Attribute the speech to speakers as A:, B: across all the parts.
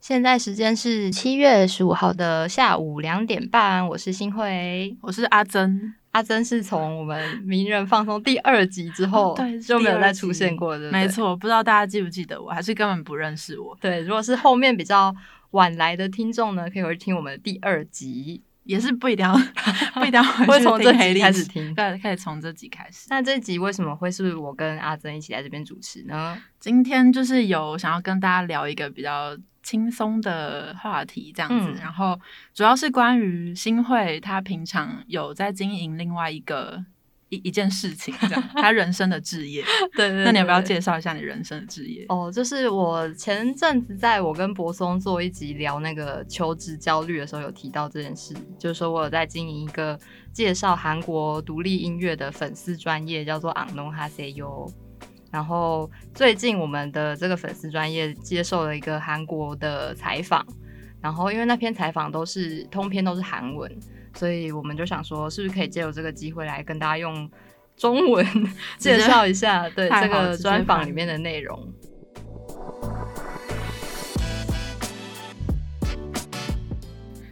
A: 现在时间是七月十五号的下午两点半，我是新慧。
B: 我是阿珍，
A: 阿珍是从我们名人放松第二集之后、
B: 哦对是
A: 就没有
B: 第二
A: 再
B: 集
A: 出现过的，对不对
B: 没。错，不知道大家记不记得我，还是根本不认识我，
A: 对，如果是后面比较晚来的听众呢，可以回去听我们的第二集，
B: 也是不 一定要不一定要回去
A: 会从
B: 听
A: 这
B: 黑
A: 集
B: 历
A: 开始
B: 史，
A: 听。
B: 对，可以从这集开始。
A: 那这集为什么会是我跟阿珍一起来这边主持 呢？
B: 今天就是有想要跟大家聊一个比较轻松的话题，这样子，
A: 嗯
B: 然后主要是关于新会他平常有在经营另外一个。一一件事情，这样，他人生的 置业，
A: 对对
B: 那你要不要
A: 对
B: 介绍一下你人生的置业？
A: 哦，就是我前阵子在我跟柏松做一集聊那个求职焦虑的时候，有提到这件事，就是说我有在经营一个介绍韩国独立音乐的粉丝专业，叫做昂农哈塞哟。然后最近我们的这个粉丝专业接受了一个韩国的采访，然后因为那篇采访都是通篇都是韩文，所以我们就想说，是不是可以借由这个机会来跟大家用中文 介绍一下对
B: 太
A: 这
B: 好
A: 个
B: 直接
A: 专访
B: 翻
A: 里面的内容。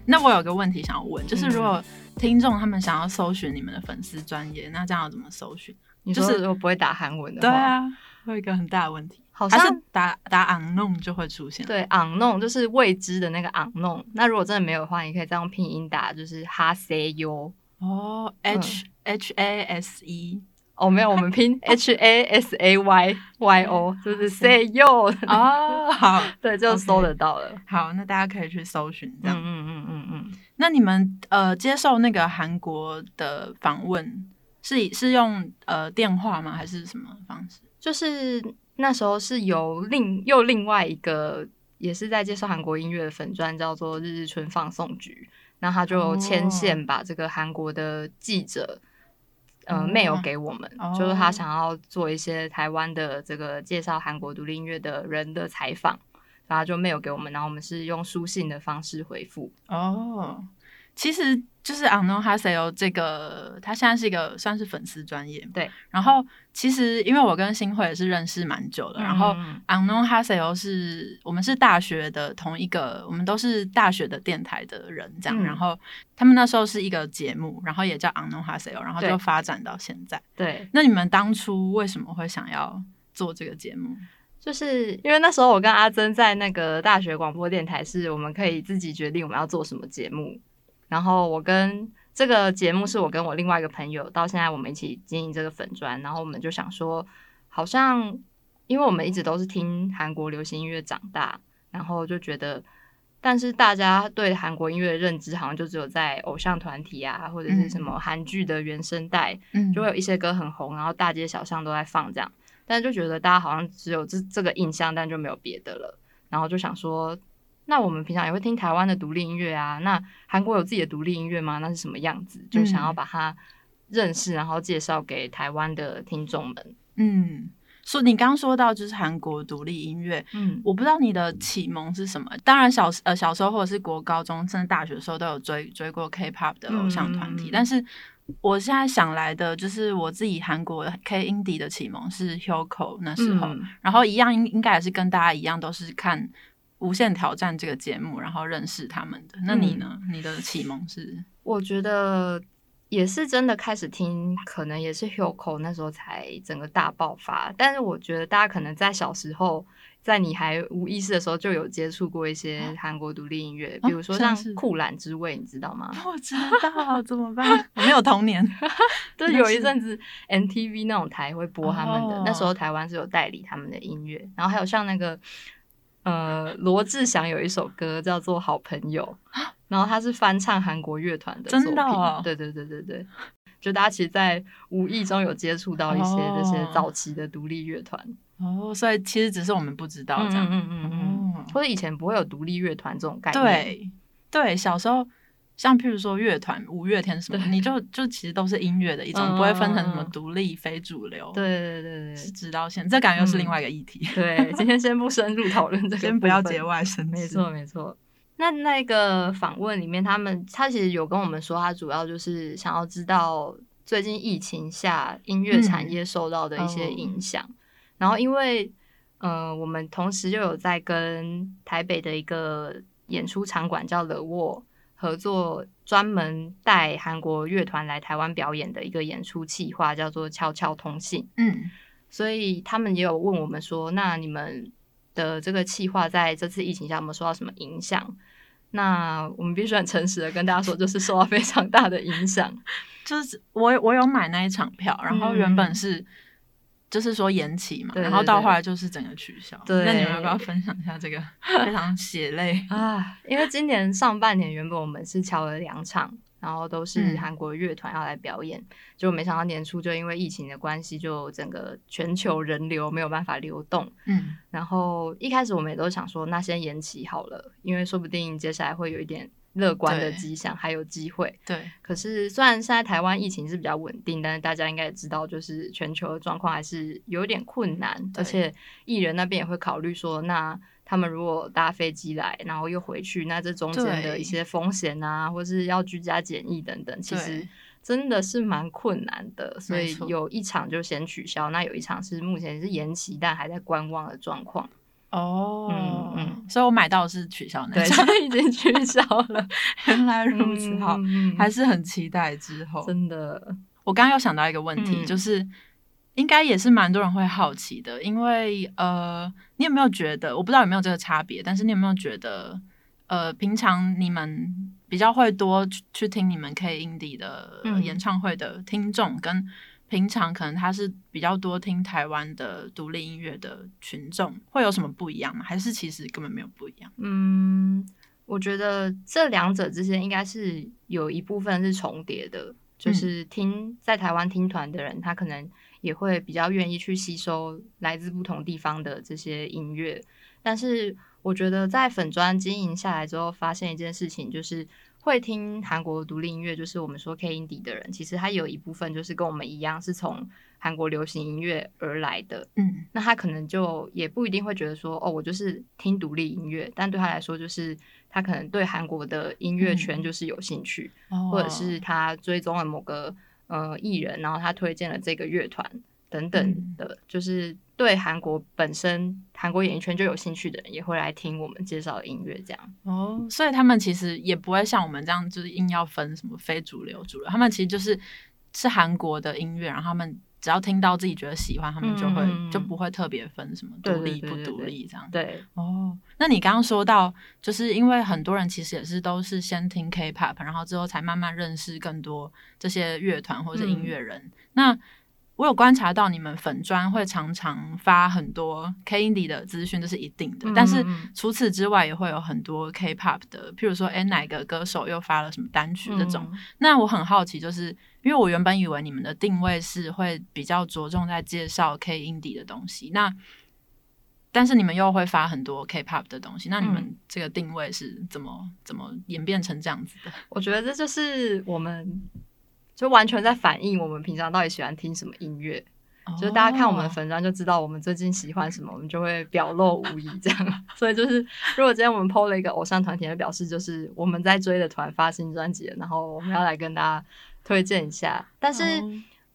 B: 那我有个问题想要问，就是
A: 嗯
B: 如果听众他们想要搜寻你们的粉丝专业，那这样要怎么搜寻？
A: 你
B: 就
A: 说
B: 是
A: 如果不会打韩文的
B: 对
A: 话，，
B: 啊，我有一个很大的问题，
A: 好
B: 还
A: 像
B: 是打打 unknown 就会出现。，
A: 对 unknown 就是未知的那个 unknown。那如果真的没有的话，你可以再用拼音打，就是哈 C U。
B: 哦，h
A: 嗯
B: h a s e，
A: 哦，没有，我们拼 H A S A Y Y O，就是 say you，
B: 哦， 好
A: 对，就
B: OK
A: 搜得到了。
B: 好，那大家可以去搜寻这
A: 嗯
B: 样。
A: 嗯嗯嗯嗯，
B: 那你们呃接受那个韩国的访问是以是用呃电话吗？还是什么方式？
A: 就是那时候是由另又另外一个也是在介绍韩国音乐的粉专，叫做日日春放送局，然后他就牵线把这个韩国的记者。呃
B: 哦
A: ，mail 给我们
B: 哦
A: 就是他想要做一些台湾的这个介绍韩国独立音乐的人的采访，然后他就 mail 给我们，然后我们是用书信的方式回复。
B: 哦，其实就是 Unknown Haseo 这个，他现在是一个算是粉丝专业。
A: 对。
B: 然后其实因为我跟新会也是认识蛮久的，然后
A: 嗯
B: Unknown Haseo 是我们是大学的同一个，我们都是大学的电台的人这样。
A: 嗯
B: 然后他们那时候是一个节目，然后也叫 Unknown Haseo，然后
A: 对
B: 就发展到现在。
A: 对，
B: 那你们当初为什么会想要做这个节目？
A: 就是因为那时候我跟阿珍在那个大学广播电台，是我们可以自己决定我们要做什么节目。然后我跟这个节目是我跟我另外一个朋友，到现在我们一起经营这个粉砖，然后我们就想说，好像因为我们一直都是听韩国流行音乐长大，然后就觉得，但是大家对韩国音乐的认知好像就只有在偶像团体啊，或者是什么韩剧的原声带，
B: 嗯
A: 就会有一些歌很红，然后大街小巷都在放这样，但就觉得大家好像只有这这个印象，但就没有别的了。然后就想说，那我们平常也会听台湾的独立音乐啊，那韩国有自己的独立音乐吗？那是什么样子？就想
B: 嗯
A: 要把它认识，然后介绍给台湾的听众们。
B: 嗯，说你刚说到就是韩国独立音乐，
A: 嗯，
B: 我不知道你的启蒙是什么。当然小时呃小时候或者是国高中甚至大学的时候都有追追过 K-pop 的偶像团体，
A: 嗯
B: 但是我现在想来的就是我自己韩国 K indie 的启蒙是 Hyoko 那时候，
A: 嗯
B: 然后一样应应该也是跟大家一样都是看。无限挑战这个节目，然后认识他们的。那你呢？你的启蒙是
A: 我觉得也是真的开始听，可能也是 Hyoko 那时候才整个大爆发。但是我觉得大家可能在小时候，在你还无意识的时候，就有接触过一些韩国独立音乐，
B: 嗯哦
A: 比如说像
B: 像是
A: 《酷懒之味》，你知道吗？
B: 我知道怎么办？ 我没有童年。
A: 对，
B: 那
A: 有一
B: 是
A: 阵子 MTV 那种台会播他们的，
B: 哦
A: 那时候台湾是有代理他们的音乐，然后还有像那个呃罗志祥有一首歌叫做《好朋友》，然后他是翻唱韩国乐团的作
B: 真
A: 品，
B: 的哦
A: 对对对对对，就大家其实，在无意中有接触到一些
B: 哦
A: 这些早期的独立乐团，
B: 哦，所以其实只是我们不知道这样。
A: 嗯嗯嗯，
B: 哦
A: 或者以前不会有独立乐团这种概念，
B: 对对，小时候像譬如说乐团、五月天什么，
A: 对
B: 你就就其实都是音乐的一种，
A: 嗯
B: 不会分成什么
A: 嗯嗯
B: 独立、非主流。，
A: 对对对
B: 是
A: 对
B: 直到现在，这感觉又是另
A: 嗯
B: 外一个议题，
A: 对，今天先不深入讨论这个，
B: 先不要节。外生枝。
A: 没错，没错。那那个访问里面，他们他其实有跟我们说，他主要就是想要知道最近疫情下音乐产业受到的一些影响。然后因为呃，我们同时又有在跟台北的一个演出场馆叫乐沃合作，专门带韩国乐团来台湾表演的一个演出计划，叫做“悄悄通信”。
B: 嗯，
A: 所以他们也有问我们说，那你们的这个计划在这次疫情下有没有受到什么影响？那我们必须很诚实的跟大家说，就是受到非常大的影 响。
B: 就是我我有买那一场票，然后原本
A: 嗯
B: 是就是说延期嘛，
A: 对
B: 然后
A: 对
B: 到
A: 对
B: 后来就是整个取消。
A: 对
B: 那你们要不要分享一下 这个非常血泪？
A: 啊，因为今年上半年原本我们是敲了两场，然后都是
B: 嗯
A: 韩国乐团要来表演，就没想到年初就因为疫情的关系，就整个全球人流没有办法流动。
B: 嗯，
A: 然后一开始我们也都想说，那先延期好了，因为说不定接下来会有一点乐观的
B: 对
A: 迹象，还有机会。
B: 对，
A: 可是虽然现在台湾疫情是比较稳定，但是大家应该也知道，就是全球的状况还是有点困难，
B: 对
A: 而且艺人那边也会考虑说，那他们如果搭飞机来，然后又回去，那这中间的
B: 对
A: 一些风险啊，或是要居家检疫等等，其实
B: 对
A: 真的是蛮困难的。所
B: 没
A: 以
B: 错
A: 有一场就先取消，那有一场是目前是延期但还在观望的状 况。
B: 哦，
A: 嗯
B: 嗯，所以我买到的是取消那
A: 对，
B: 一场，
A: 就已经取消 了。
B: 原来如此，好，
A: 嗯，嗯嗯嗯
B: 还是很期待之后。
A: 真的，
B: 我刚刚又想到一个问题，
A: 嗯
B: 就是应该也是蛮多人会好奇的，因为呃，你有没有觉得，我不知道有没有这个差别，但是你有没有觉得，呃，平常你们比较会多去去听你们 K Indie 的呃
A: 嗯
B: 演唱会的听众，跟平常可能他是比较多听台湾的独立音乐的群众，会有什么不一样吗？还是其实根本没有不一样？
A: 嗯，我觉得这两者之间应该是有一部分是重叠的，就
B: 嗯
A: 是听在台湾听团的人，他可能也会比较愿意去吸收来自不同地方的这些音乐。但是我觉得在粉专经营下来之后，发现一件事情，就是会听韩国独立音乐，就是我们说 K indie 的人，其实他有一部分就是跟我们一样是从韩国流行音乐而来的。
B: 嗯，
A: 那他可能就也不一定会觉得说，哦，我就是听独立音乐，但对他来说，就是他可能对韩国的音乐圈
B: 嗯
A: 就是有兴趣，
B: 哦
A: 或者是他追踪了某个呃艺人，然后他推荐了这个乐团等等
B: 嗯
A: 的，就是对韩国本身韩国演艺圈就有兴趣的人，也会来听我们介绍的音乐，这样。
B: 哦，所以他们其实也不会像我们这样，就是硬要分什么非主流、主流。他们其实就是是韩国的音乐，然后他们只要听到自己觉得喜欢，他们就会、
A: 嗯
B: 就不会特别分什么
A: 对
B: 独
A: 对
B: 立
A: 对
B: 不
A: 对
B: 独
A: 对
B: 立这样。
A: 对，
B: 哦，那你刚刚说到，就是因为很多人其实也是都是先听 K-pop，然后之后才慢慢认识更多这些乐团或者音
A: 嗯
B: 乐人。那我有观察到你们粉专会常常发很多 K indie 的资讯，这是一定的。
A: 嗯
B: 但是
A: 嗯嗯
B: 除此之外，也会有很多 K-pop 的，譬如说，哎，哪个歌手又发了什么单曲这种。
A: 嗯
B: 那我很好奇，就是因为我原本以为你们的定位是会比较着重在介绍 K indie 的东西，那但是你们又会发很多 K-pop 的东西，那你们这个定位是怎么、怎么演变成这样子 的？
A: 我觉得这就是我们就完全在反映我们平常到底喜欢听什么音乐。就是大家看我
B: 哦
A: 们的粉砖就知道我们最近喜欢什么，我们就会表露无遗这样。所以就是，如果今天我们 PO 了一个偶像团体，就表示就是我们在追的团发新专辑了，然后我们要来跟大家推荐一下。但
B: 哦，
A: 是，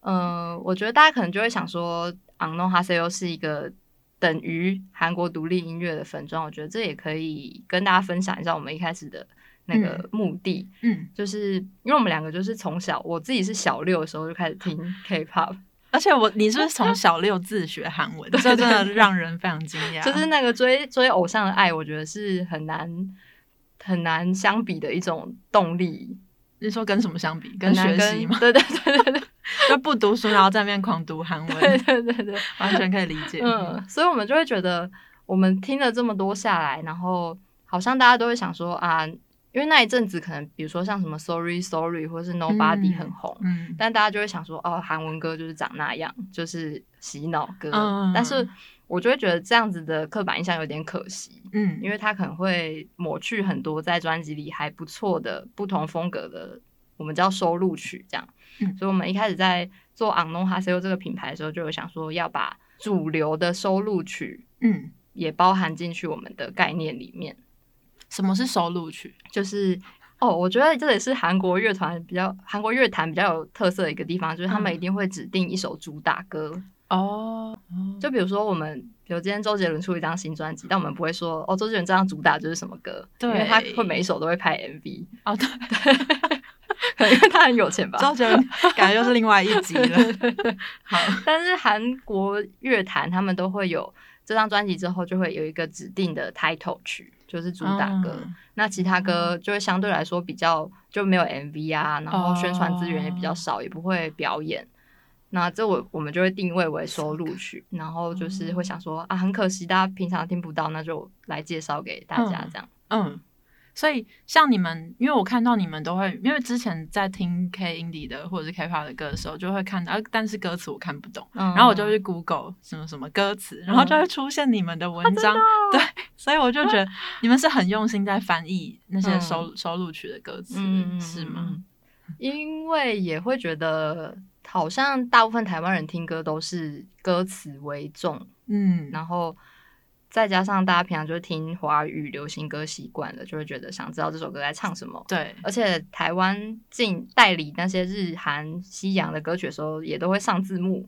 A: 嗯、我觉得大家可能就会想说，Unknown h a s e o 是一个等于韩国独立音乐的粉砖，我觉得这也可以跟大家分享一下我们一开始的那个目的。
B: 嗯，
A: 就是因为我们两个就是从小，我自己是小六的时候就开始听 K-pop，
B: 而且我你是不是从小六自学韩文？ 这真的让人非常惊 讶。
A: 就是那个追追偶像的爱，我觉得是很难很难相比的一种动力，
B: 你说跟什么相比？
A: 很
B: 跟
A: 难
B: 学
A: 跟
B: 习 吗？
A: 对对对对
B: 就不读书，然后在那边狂读韩
A: 对
B: 文，
A: 对对对，
B: 完全可以理 解。
A: 嗯，所以我们就会觉得，我们听了这么多下来，然后好像大家都会想说啊，因为那一阵子可能比如说像什么 Sorry Sorry 或是 Nobody
B: 嗯
A: 很红，
B: 嗯，
A: 但大家就会想说，哦，韩文歌就是长那样，就是洗脑歌。
B: 嗯
A: 但是我就会觉得这样子的刻板印象有点可惜，
B: 嗯，
A: 因为它可能会抹去很多在专辑里还不错的不同风格的，我们叫收录曲这样。
B: 嗯
A: 所以我们一开始在做 Unknown h a s e o 这个品牌的时候，就有想说要把主流的收录曲
B: 嗯，
A: 也包含进去我们的概念里面。
B: 什么是收录曲？
A: 就是哦，我觉得这也是韩国乐团比较韩国乐坛比较有特色的一个地方，就是他们
B: 嗯
A: 一定会指定一首主打歌，
B: 哦，
A: 就比如说我们，比如今天周杰伦出一张新专辑，但我们不会说哦，周杰伦这张主打就是什么歌，
B: 对
A: 因为他会每一首都会拍 MV，
B: 哦，对，
A: 可能因为他很有钱吧。
B: 周杰伦感觉又是另外一集了。好，
A: 但是韩国乐坛他们都会有这张专辑之后就会有一个指定的 title 曲，就是主打歌。
B: 嗯哦
A: 那其他歌就会相对来说比较就没有 MV 啊，然后宣传资源也比较少，也不会表演。那这我我们就会定位为收录曲，然后就是会想说啊，很可惜大家平常听不到，那就来介绍给大家这样。
B: 嗯，所以像你们，因为我看到你们都会，因为之前在听 K indie 的或者是 K-pop 的歌的时候，就会看到，啊但是歌词我看不懂，
A: 嗯
B: 然后我就去 Google 什么什么歌词，然后就会出现你们的
A: 啊
B: 文
A: 哦
B: 章，对，所以我就觉 得你们是很用心在翻译那些收、收录曲的歌词，
A: 嗯
B: 是吗？？
A: 因为也会觉得好像大部分台湾人听歌都是歌词为重，
B: 嗯，
A: 然后再加上大家平常就听华语流行歌习惯了，就会觉得想知道这首歌在唱什么。
B: 对，
A: 而且台湾进代理那些日韩西洋的歌曲的时候，也都会上字幕。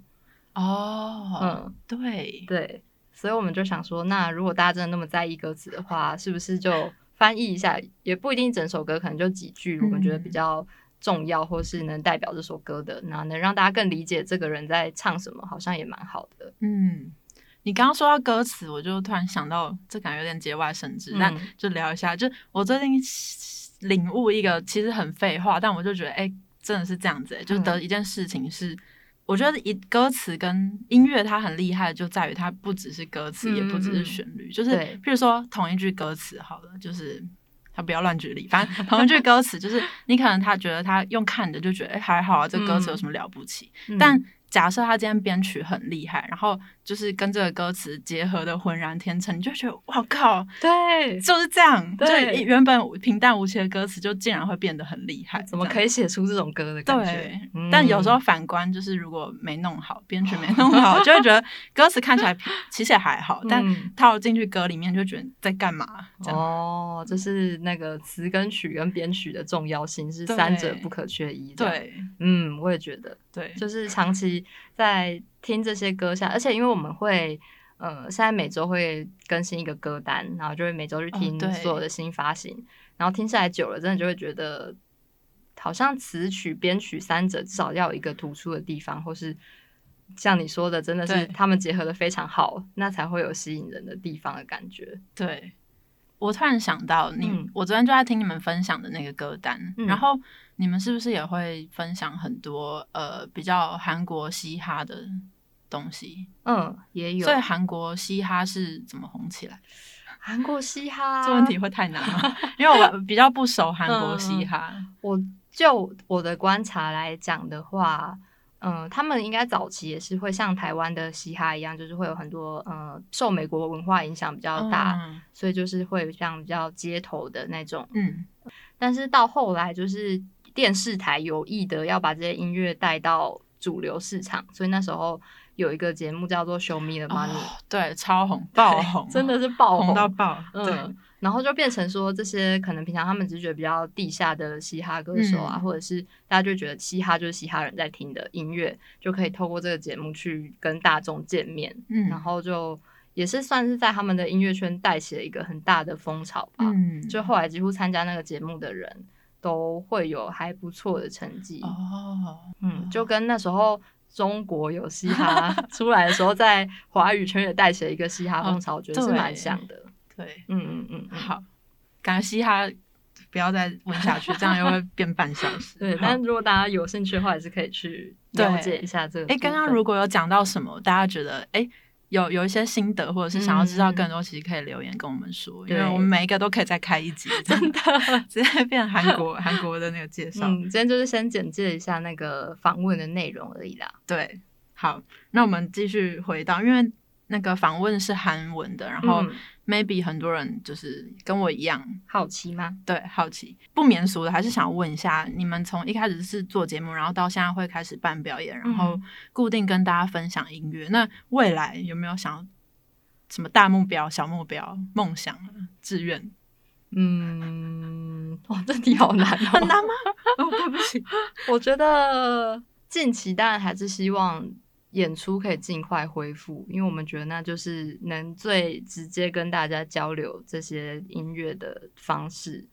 B: 哦，
A: 嗯，
B: 对，
A: 对，所以我们就想说，那如果大家真的那么在意歌词的话，是不是就翻译一下？也不一定整首歌，可能就几句，我们觉得
B: 嗯
A: 比较重要，或是能代表这首歌的，那能让大家更理解这个人在唱什么，好像也蛮好的。
B: 嗯，你刚刚说到歌词，我就突然想到，这感觉有点节外生枝，
A: 嗯
B: 但就聊一下。就我最近领悟一个，其实很废话，但我就觉得，哎、真的是这样子、哎就是的
A: 嗯
B: 一件事情是。我觉得一歌词跟音乐它很厉害，就在于它不只是歌词，
A: 嗯
B: 也不只
A: 嗯
B: 是
A: 嗯
B: 旋律。就是
A: 对
B: 譬如说同一句歌词，好了，就是他不要乱举例，反正同一句歌词，就是你可能他觉得他用看的就觉得，哎、还好啊，这歌词有
A: 嗯
B: 什么了不起？
A: 嗯
B: 但假设他今天编曲很厉害，然后就是跟这个歌词结合的浑然天成，你就觉得哇靠，
A: 对，
B: 就是这样，就
A: 对
B: 原本平淡无奇的歌词，就竟然会变得很厉害，
A: 怎么
B: 这样
A: 可以写出这种歌的感觉？
B: 对，
A: 嗯
B: 但有时候反观，就是如果没弄好，编曲没 弄好，就会觉得歌词看起来平其实也还好，但
A: 嗯
B: 套进去歌里面就觉得在干嘛？这样嗯
A: 哦，就是那个词跟曲跟编曲的重要性是
B: 对
A: 三者不可缺一。，
B: 对
A: 嗯，我也觉得。
B: 对，
A: 就是长期在听这些歌下，而且因为我们会，呃，现在每周会更新一个歌单，然后就会每周去
B: 哦
A: 听
B: 对
A: 所有的新发行，然后听下来久了，真的就会觉得，好像词曲编曲三者至少要有一个突出的地方，或是像你说的，真的是
B: 对
A: 他们结合的非常好，那才会有吸引人的地方的感觉。
B: 对，我突然想到你，
A: 嗯
B: 我昨天就在听你们分享的那个歌单，
A: 嗯
B: 然后你们是不是也会分享很多呃比较韩国嘻哈的东西？
A: 嗯，也有啊
B: 所以韩国嘻哈是怎么红起来？
A: 韩国嘻哈
B: 这问题会太难吗？因为我比较不熟韩
A: 嗯
B: 国嘻哈。
A: 我就我的观察来讲的话，嗯、他们应该早期也是会像台湾的嘻哈一样，就是会有很多呃受美国文化影响比较大，
B: 嗯
A: 所以就是会有像比较街头的那种。
B: 嗯
A: 但是到后来，就是电视台有意的要把这些音乐带到主流市场，所以那时候有一个节目叫做《Show Me the Money》
B: 哦，对，超红，爆红，
A: 真的是爆
B: 红到爆，对
A: 嗯，，然后就变成说，这些可能平常他们只是觉得比较地下的嘻哈歌手啊，
B: 嗯
A: 或者是大家就觉得嘻哈就是嘻哈人在听的音乐，就可以透过这个节目去跟大众见面，
B: 嗯，
A: 然后就也是算是在他们的音乐圈带起了一个很大的风潮吧。
B: 嗯，
A: 就后来几乎参加那个节目的人都会有还不错的成绩，
B: 哦，
A: 嗯，就跟那时候。中国有嘻 哈出来的时候，在华语圈也带起了一个嘻哈风潮，我觉得是蛮
B: 对
A: 像的。
B: 对，
A: 嗯嗯嗯嗯。
B: 好，感觉嘻哈不要再问下去，这样又会变半小 时。
A: 对，
B: 好
A: 但如果大家有兴趣的话，也是可以去了解一下这个部分。
B: 哎，刚刚如果有讲到什么，大家觉得哎。诶有有一些心得，或者是想要知道更多，其实可以留言跟我们说，因为
A: 对
B: 我们每一个都可以再开一集，真 的直接变韩国韩国的那个介绍。
A: 嗯，今天就是先简介一下那个访问的内容而已啦。
B: 对，好，那我们继续回到，因为那个访问是韩文的，然后
A: 嗯
B: maybe 很多人就是跟我一样，
A: 好奇吗？
B: 对，好奇不免俗的，还是想问一下，你们从一开始是做节目，然后到现在会开始办表演，然后
A: 嗯
B: 固定跟大家分享音乐，那未来有没有想要什么大目标、小目标、梦想、啊志愿？
A: 嗯，哇，这题好难
B: 很
A: 哦。
B: 难吗？哦，对不起，
A: 我觉得近期当然还是希望。演出可以尽快恢复，因为我们觉得那就是能最直接跟大家交流这些音乐的方式。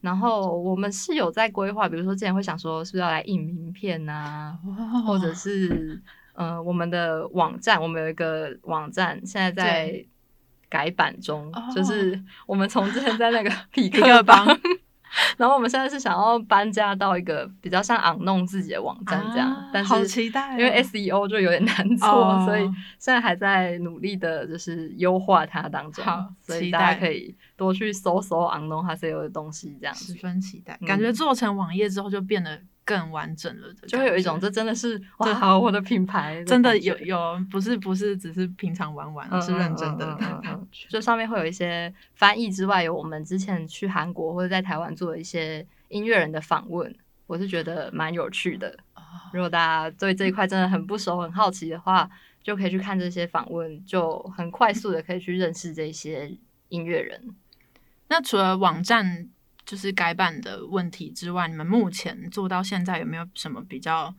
A: 然后我们是有在规划，比如说之前会想说，是不是要来印名片呐、啊，或 者是呃，我们的网站，我们有一个网站，现在在
B: 对
A: 改版中
B: 哦，
A: 就是我们从之前在那 个匹
B: 匹克
A: 克
B: 邦
A: 邦，然后我们现在是想要搬家到一个比较像昂弄自己的网站这样，
B: 啊
A: 但
B: 好
A: 是
B: 期待哦、
A: 因为 SEO 就有点难做，
B: 哦
A: 所以现在还在努力的，就是优化它当中
B: 好，
A: 所
B: 期
A: 以
B: 待
A: 大家可以多去搜搜昂弄它所有的东西这样子。
B: 十分期待，
A: 嗯
B: 感觉做成网页之后就变得更完整了的感觉，
A: 就会有一种这真的是
B: 对
A: 哇，我的品牌
B: 真的
A: 感觉
B: 有有不是不是只是平常玩玩，
A: 嗯
B: 是认真
A: 嗯
B: 的。
A: 嗯嗯嗯就上面会有一些翻译之外，有我们之前去韩国或者在台湾做的一些音乐人的访问，我是觉得蛮有趣的。如果大家对这一块真的很不熟、很好奇的话，就可以去看这些访问，就很快速的可以去认识这些音乐人。
B: 那除了网站就是改版的问题之外，你们目前做到现在有没有什么比较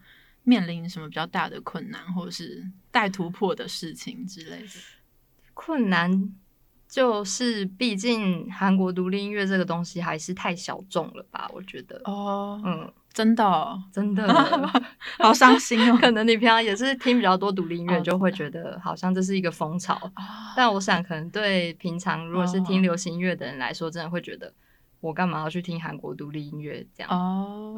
B: 面临什么比较大的困难，或者是待突破的事情之类的？
A: 困难就是，毕竟韩国独立音乐这个东西还是太小众了吧？我觉得，
B: 哦，
A: 嗯，
B: 真的、哦，
A: 真的。
B: 好伤心哦。
A: 可能你平常也是听比较多独立音乐，
B: 哦
A: 你就会觉得好像这是一个风潮。
B: 啊
A: 但我想，可能对平常如果是
B: 哦
A: 听流行音乐的人来说，真的会觉得我干嘛要去听韩国独立音乐这样？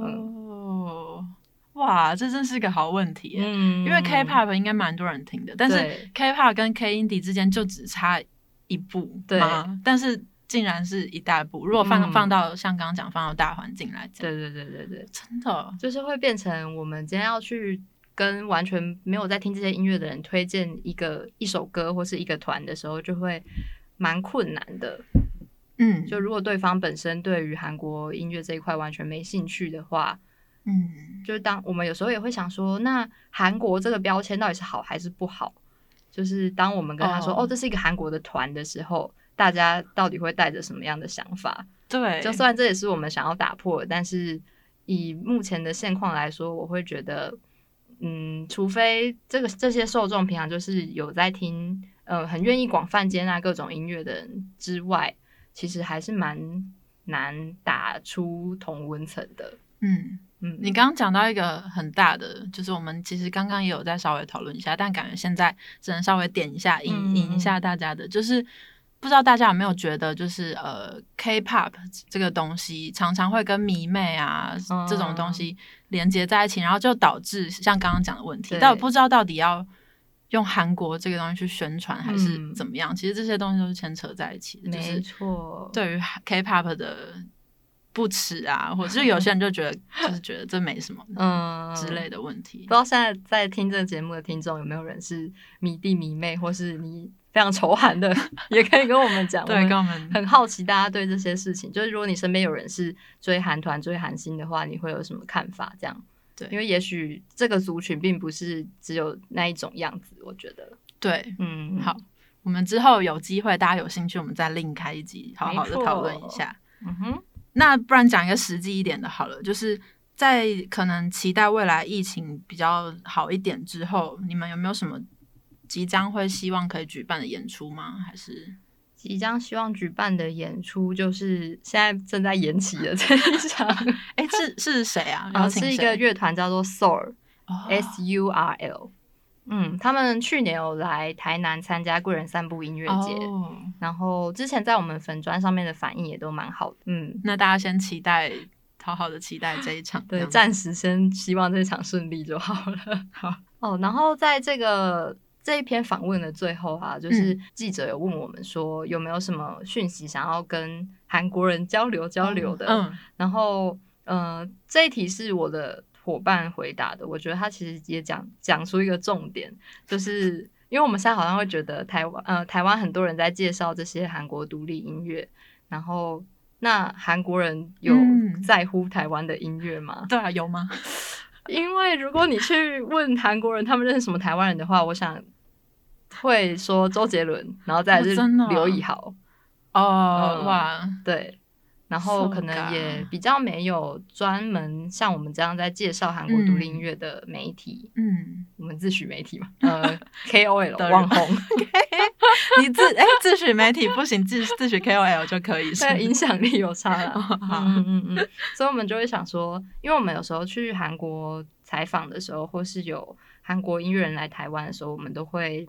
B: 哦，哇，这真是个好问题耶。
A: 嗯
B: 因为 K-pop 应该蛮多人听的，但是
A: 对
B: K-pop 跟 K-indie 之间就只差一步
A: 对
B: 吗但是竟然是一大步。如果放、
A: 嗯
B: 放到像刚刚讲放到大环境来讲，
A: 对对对对对，
B: 真的哦
A: 就是会变成我们今天要去跟完全没有在听这些音乐的人推荐一个一首歌或是一个团的时候，就会蛮困难的。
B: 嗯，
A: 就如果对方本身对于韩国音乐这一块完全没兴趣的话，
B: 嗯，
A: 就是当我们有时候也会想说，那韩国这个标签到底是好还是不好？就是当我们跟他说
B: 哦
A: 哦这是一个韩国的团的时候，大家到底会带着什么样的想法？
B: 对，
A: 就算这也是我们想要打破的，但是以目前的现况来说，我会觉得，嗯，除非这个这些受众平常就是有在听，呃，很愿意广泛接纳各种音乐的人之外，其实还是蛮难打出同温层的。
B: 嗯，
A: 嗯，
B: 你刚刚讲到一个很大的，就是我们其实刚刚也有在稍微讨论一下，但感觉现在只能稍微点一下，引
A: 嗯
B: 引一下大家的，就是不知道大家有没有觉得，就是呃，K-pop 这个东西常常会跟迷妹啊、
A: 嗯
B: 这种东西连接在一起，然后就导致像刚刚讲的问题，
A: 对
B: 但我不知道到底要。用韩国这个东西去宣传还是
A: 嗯
B: 怎么样？其实这些东西都是牵扯在一起的，就是
A: 没错，
B: 对于 K-pop 的不耻啊，或者是有些人就觉得就是觉得这没什么
A: 嗯
B: 之类。的问题
A: 不知。道现在在听这个节目的听众有没有人是迷弟迷妹，或是你非常仇韩的，也可以跟我 们讲。我
B: 对，
A: 们
B: 跟我们
A: 很好奇大家对这些事情，就是如果你身边有人是追韩团、追韩星的话，你会有什么看法？这样。
B: 对
A: 因为也许这个族群并不是只有那一种样子，我觉得，
B: 对，
A: 嗯，
B: 好，我们之后有机会大家有兴趣，我们再另开一集，好好的讨论一下。
A: 嗯哼，
B: 那不然讲一个实际一点的，好了，就是在可能期待未来疫情比较好一点之后，你们有没有什么即将会希望可以举办的演出吗？还是
A: 即将希望举办的演出就是现在正在延期的这一场，
B: 哎，是是谁啊？
A: 啊，
B: 邀请
A: 是一
B: 谁
A: 个乐团叫做 Soul，
B: 哦
A: S U R L。嗯，他们去年有来台南参加贵人散步音乐节，
B: 哦
A: 然后之前在我们粉砖上面的反应也都蛮好的。嗯，
B: 那大家先期待，好好的期待这一场。这
A: 对，
B: 样
A: 暂时先希望这场顺利就好了。
B: 好
A: 哦，然后在这个这一篇访问的最后啊，
B: 嗯
A: 就是记者有问我们说有没有什么讯息想要跟韩国人交流交流的，
B: 嗯，
A: 然后，呃，这一题是我的伙伴回答的，我觉得他其实也讲讲出一个重点，就是 因为我们现在好像会觉得台湾，呃，台湾很多人在介绍这些韩国独立音乐，然后那韩国人有
B: 嗯
A: 在乎台湾的音乐吗？
B: 对啊，有吗？
A: 因为如果你去问韩国人他们认识什么台湾人的话，我想。会说周杰伦，然后再来
B: 哦
A: 是
B: 真的啊
A: 刘以豪，
B: 哦，
A: 嗯
B: 哇，
A: 对，然后
B: So
A: 可能
B: ga
A: 也比较没有专门像我们这样在介绍韩国独立音乐的媒体，
B: 嗯，
A: 我们自诩媒体嘛， 呃，KOL
B: 的
A: 网 红，
B: 你自哎、自诩媒体不行，自自诩 KOL 就可以是吗
A: 对影响力有差啦。
B: 哦好
A: 嗯嗯嗯，嗯，所以我们就会想说，因为我们有时候去韩国采访的时候，或是有韩国音乐人来台湾的时候，我们都会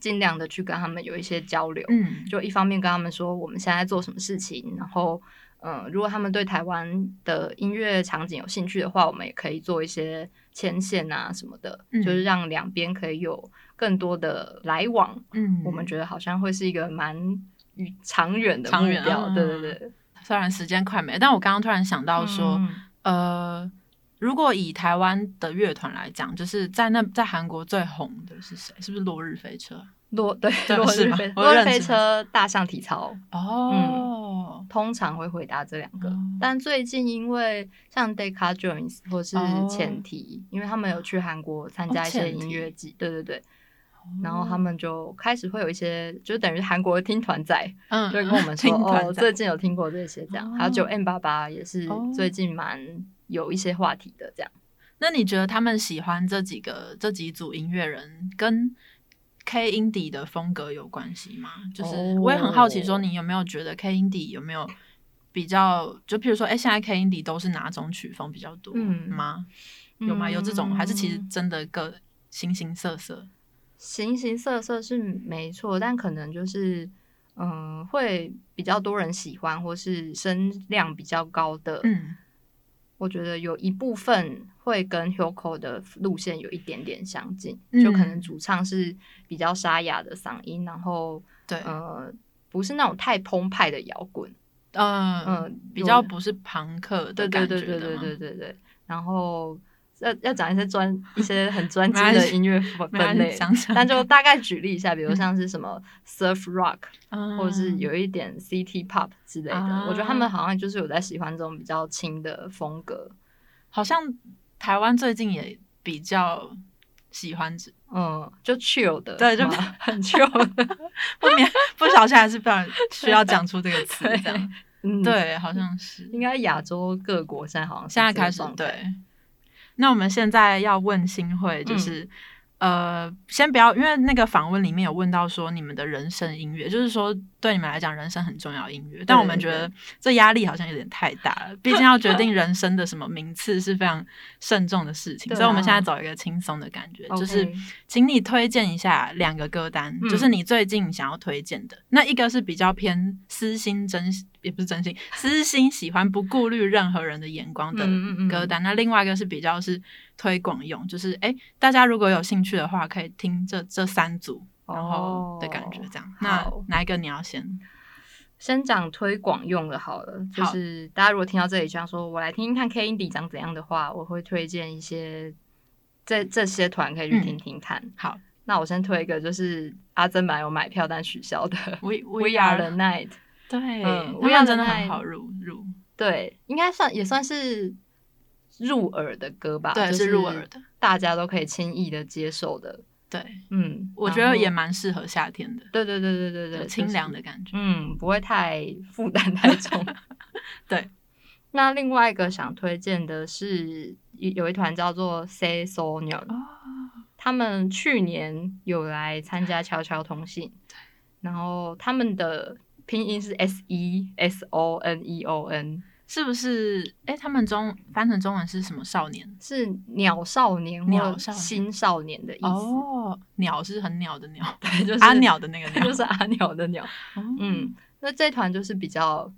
A: 尽量的去跟他们有一些交流。
B: 嗯，
A: 就一方面跟他们说我们现在在做什么事情，然后，嗯，如果他们对台湾的音乐场景有兴趣的话，我们也可以做一些牵线啊什么的，
B: 嗯
A: 就是让两边可以有更多的来往。
B: 嗯，
A: 我们觉得好像会是一个蛮与长远的
B: 长
A: 目
B: 远
A: 标，
B: 嗯
A: 对对对。
B: 虽然时间快没，但我刚刚突然想到说，
A: 嗯
B: 呃，如果以台湾的乐团来讲，就是在那在韩国最红的是谁？是不是落日飞车？
A: 落对
B: 对
A: 落
B: 是
A: 日
B: 吧
A: 飞
B: 我
A: 落日
B: 认
A: 飞
B: 识吗
A: 车、大象体操，
B: 哦，
A: 通常会回答这两个。
B: 哦
A: 但最近因为像 Decca Jones 或是
B: 哦
A: 前提，因为他们有去韩国参
B: 哦
A: 加一些
B: 前提嗯
A: 音乐季，对对对，嗯然后他们就开始会有一些，就等于韩国的听团仔
B: 嗯
A: 就会跟我们说，
B: 听团
A: 哦，
B: 仔
A: 最近有听过这些这样，还有
B: 哦
A: 九 M 八八也是
B: 哦
A: 最近蛮有一些话题的这样。
B: 那你觉得他们喜欢这几个这几组音乐人跟 K indie 的风格有关系吗？就是
A: 哦
B: 我也很好奇，说你有没有觉得 K indie 有没有比较，就譬如说，哎、现在 K indie 都是哪种曲风比较多
A: 嗯
B: 吗？有吗？有这种，还是其实
A: 嗯
B: 真的各形形色色？
A: 形形色色是没错，但可能就是嗯、会比较多人喜欢，或是声量比较高的。
B: 嗯，
A: 我觉得有一部分会跟 Hugo 的路线有一点点相近，
B: 嗯
A: 就可能主唱是比较沙哑的嗓音，然后
B: 对，嗯、
A: 呃不是那种太澎湃的摇滚，嗯、
B: 呃比较
A: 有
B: 不是朋克的
A: 对
B: 感
A: 对
B: 觉
A: 对
B: 的
A: 对对
B: 吗
A: 对对对，然后要要讲一些专一些很专精
B: 没关
A: 的
B: 系
A: 音乐分
B: 没
A: 分
B: 关系
A: 类。
B: 想想
A: 但
B: 看，
A: 就大概举例一下，比如
B: 嗯
A: 像是什么 surf rock，
B: 嗯
A: 或者是有一点 City Pop 之类的。
B: 啊
A: 我觉得他们好像就是有在喜欢这种比较轻的风格。
B: 好像台湾最近也比较喜欢这
A: 嗯，就 chill 的嘛，
B: 对就
A: 很 chill 的，
B: 不免不小心还是不然需要讲出这个 词，
A: 对
B: 这样
A: 嗯，，
B: 对，好像是
A: 应该亚洲各国现在好像是
B: 现在
A: 这个
B: 开始
A: 状态，
B: 对。那我们现在要问新会，
A: 嗯
B: 就是、呃，先不要，因为那个访问里面有问到说你们的人生音乐，就是说对你们来讲人生很重要的音乐，但我们觉得这压力好像有点太大了，毕竟要决定人生的什么名次是非常慎重的事情，
A: 对啊
B: 所以我们现在走一个轻松的感觉，
A: OK
B: 就是请你推荐一下两个歌单，
A: 嗯
B: 就是你最近想要推荐的。那一个是比较偏私心真，也不是真心，私心喜欢不顾虑任何人的眼光的
A: 嗯嗯嗯
B: 歌单。那另外一个是比较是推广用，就是哎、诶大家如果有兴趣的话，可以听这这三组，然后的感觉
A: 哦
B: 这样。
A: 好
B: 那哪一个你要先？
A: 先讲推广用的好了，就
B: 好
A: 是大家如果听到这里，就想说我来听听看 K Indie 长怎样的话，我会推荐一些这这些团可以去
B: 嗯
A: 听听看。
B: 好
A: 那我先推一个，就是阿珍本来有买票但取消 的
B: ，We
A: We Are the Night。
B: 对，
A: 嗯
B: 他
A: We Are the
B: 们真的很
A: Night
B: 好入入，
A: 对，应该算也算是入耳的歌吧，
B: 对，
A: 啊就是
B: 入耳，的，
A: 大家都可以轻易的接受的。
B: 对，
A: 嗯，
B: 我觉
A: 然
B: 得
A: 后
B: 也蛮适合夏天的，
A: 对对对对对
B: 有
A: 对，
B: 清凉
A: 的，
B: 的感觉。。
A: 嗯，不会太负担太重
B: 对，
A: 那另外一个想推荐的是有有一团叫做 Say So n o
B: 哦
A: 他们去年有来参加悄悄通信，然后他们的拼音是 S E S O N E O N，
B: 是不是？哎、他们中翻成中文是什么少年？
A: 是鸟少年
B: 鸟
A: 或
B: 少年
A: 新少年的意思，
B: 哦，鸟是很鸟的鸟，
A: 对，就是
B: 阿，鸟的那个 鸟
A: 就。是阿鸟的鸟。嗯，，那这团就是比较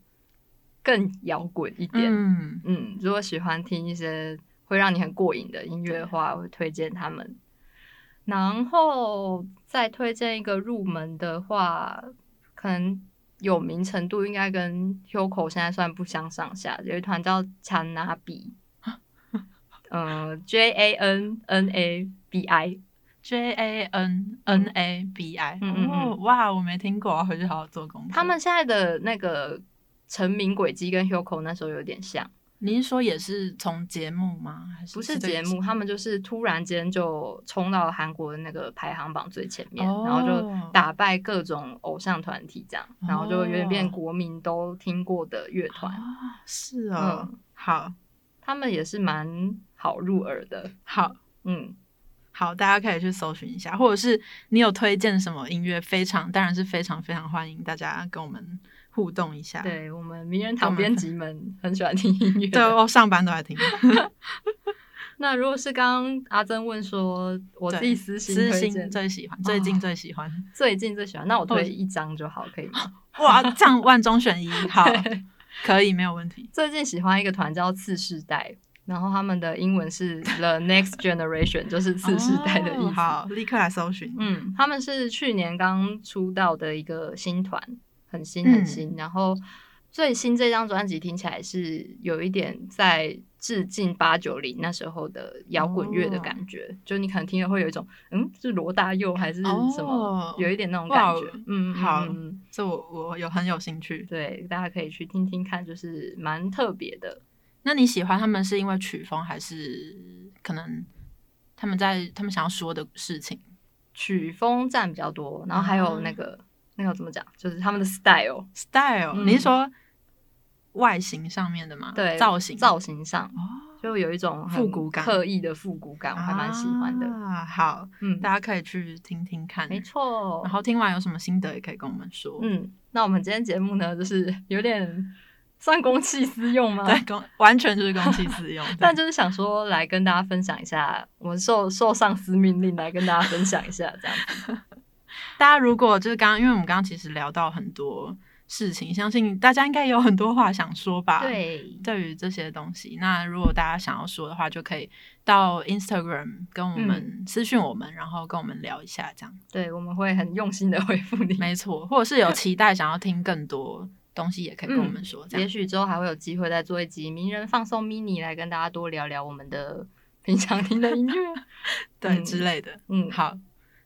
A: 更摇滚一点。嗯
B: 嗯，
A: 如果喜欢听一些会让你很过瘾的音乐的话，我会推荐他们。然后再推荐一个入门的话，可能有名程度应该跟 Hugo 现在算不相上下。有一团叫 Chanabi，呃，J A N N A B I，
B: ，J A N N A B I。
A: 嗯嗯嗯
B: 哦，哇，我没听过，我要回去好好做功课。
A: 他们现在的那个成名轨迹跟 Hugo 那时候有点像。
B: 你是说也是从节目吗？还是
A: 不是节目，他们就是突然间就冲到韩国的那个排行榜最前面，
B: 哦
A: 然后就打败各种偶像团体这样，然后就有点变国民都听过的乐团，
B: 哦啊？是哦，
A: 嗯
B: 好
A: 他们也是蛮好入耳的。
B: 好
A: 嗯，
B: 好，大家可以去搜寻一下，或者是你有推荐什么音乐，非常当然是非常非常欢迎大家跟我们互动一下。
A: 对我们名人堂编辑们很喜欢听音乐。
B: 对，哦我上班都在听，
A: 那如果是刚刚阿珍问说， 我自己私心
B: 私
A: 推
B: 心
A: 荐
B: 最喜欢，最近最喜欢。
A: 最近最喜欢，那我
B: 或
A: 推
B: 者
A: 一张就好，可以吗？
B: 哇，这样万中选一，好，
A: 对
B: 可以，没有问题。
A: 最近喜欢一个团叫次世代，然后他们的英文是 The Next Generation，就是 次世代的意
B: 哦
A: 思。
B: 好，立刻来搜寻。
A: 嗯，他们是去年刚出道的一个新团，很新
B: 嗯
A: 很新。然后最新这张专辑听起来是有一点在致敬八九零那时候的摇滚乐
B: 哦
A: 的感觉，就你可能听了会有一种，嗯，是罗大佑还嗯是什么，
B: 哦
A: 有一点那种感觉
B: 哇。
A: 嗯，嗯
B: 好
A: 嗯嗯
B: 这我我有很有兴趣。
A: 对，大家可以去听听看，就是蛮特别的。
B: 那你喜欢他们是因为曲风，还是可能他们在他们想要说的事情？
A: 曲风占比较多，然后还有那
B: 啊
A: 个、那个怎么讲，就是他们的 style，
B: style，、
A: 嗯
B: 你是说外形上面的吗？
A: 对
B: 造型
A: 造型上
B: 哦，
A: 就有一种很
B: 复古感
A: 刻意的复古感，我还蛮喜欢的。
B: 啊、好，
A: 嗯，
B: 大家可以去听听看，
A: 没。错
B: 然。后听完有什么心得也可以跟我们说。
A: 嗯，那我们今天节目呢，就是有点 算公器私用吗？
B: 对，公完全就是公器私用
A: 。但就是想说来跟大家分享一下，我们受受上司命令来跟大家分享一下，这样子。
B: 大家如果就是刚刚，因为我们刚刚其实聊到很多事情，相信大家应该也有很多话想说吧。。
A: 对，
B: 对于这些东西，那如果大家想要说的话，就可以到 Instagram 跟我们
A: 嗯
B: 私讯我们，然后跟我们聊一下这样。
A: 对，我们会很用心的回复你。
B: 没错，或者是有期待想要听更多东西，也可以跟我们说。这
A: 嗯也
B: 样
A: 许之后还会有机会再做一集名人放送 mini 来跟大家多聊聊我们的 平常听的音乐。
B: 对
A: 嗯
B: 之类的。
A: 嗯，，
B: 好，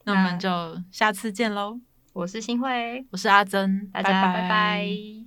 B: 那我们就下次见喽！
A: 我是新慧，
B: 我是阿珍，
A: 大家拜拜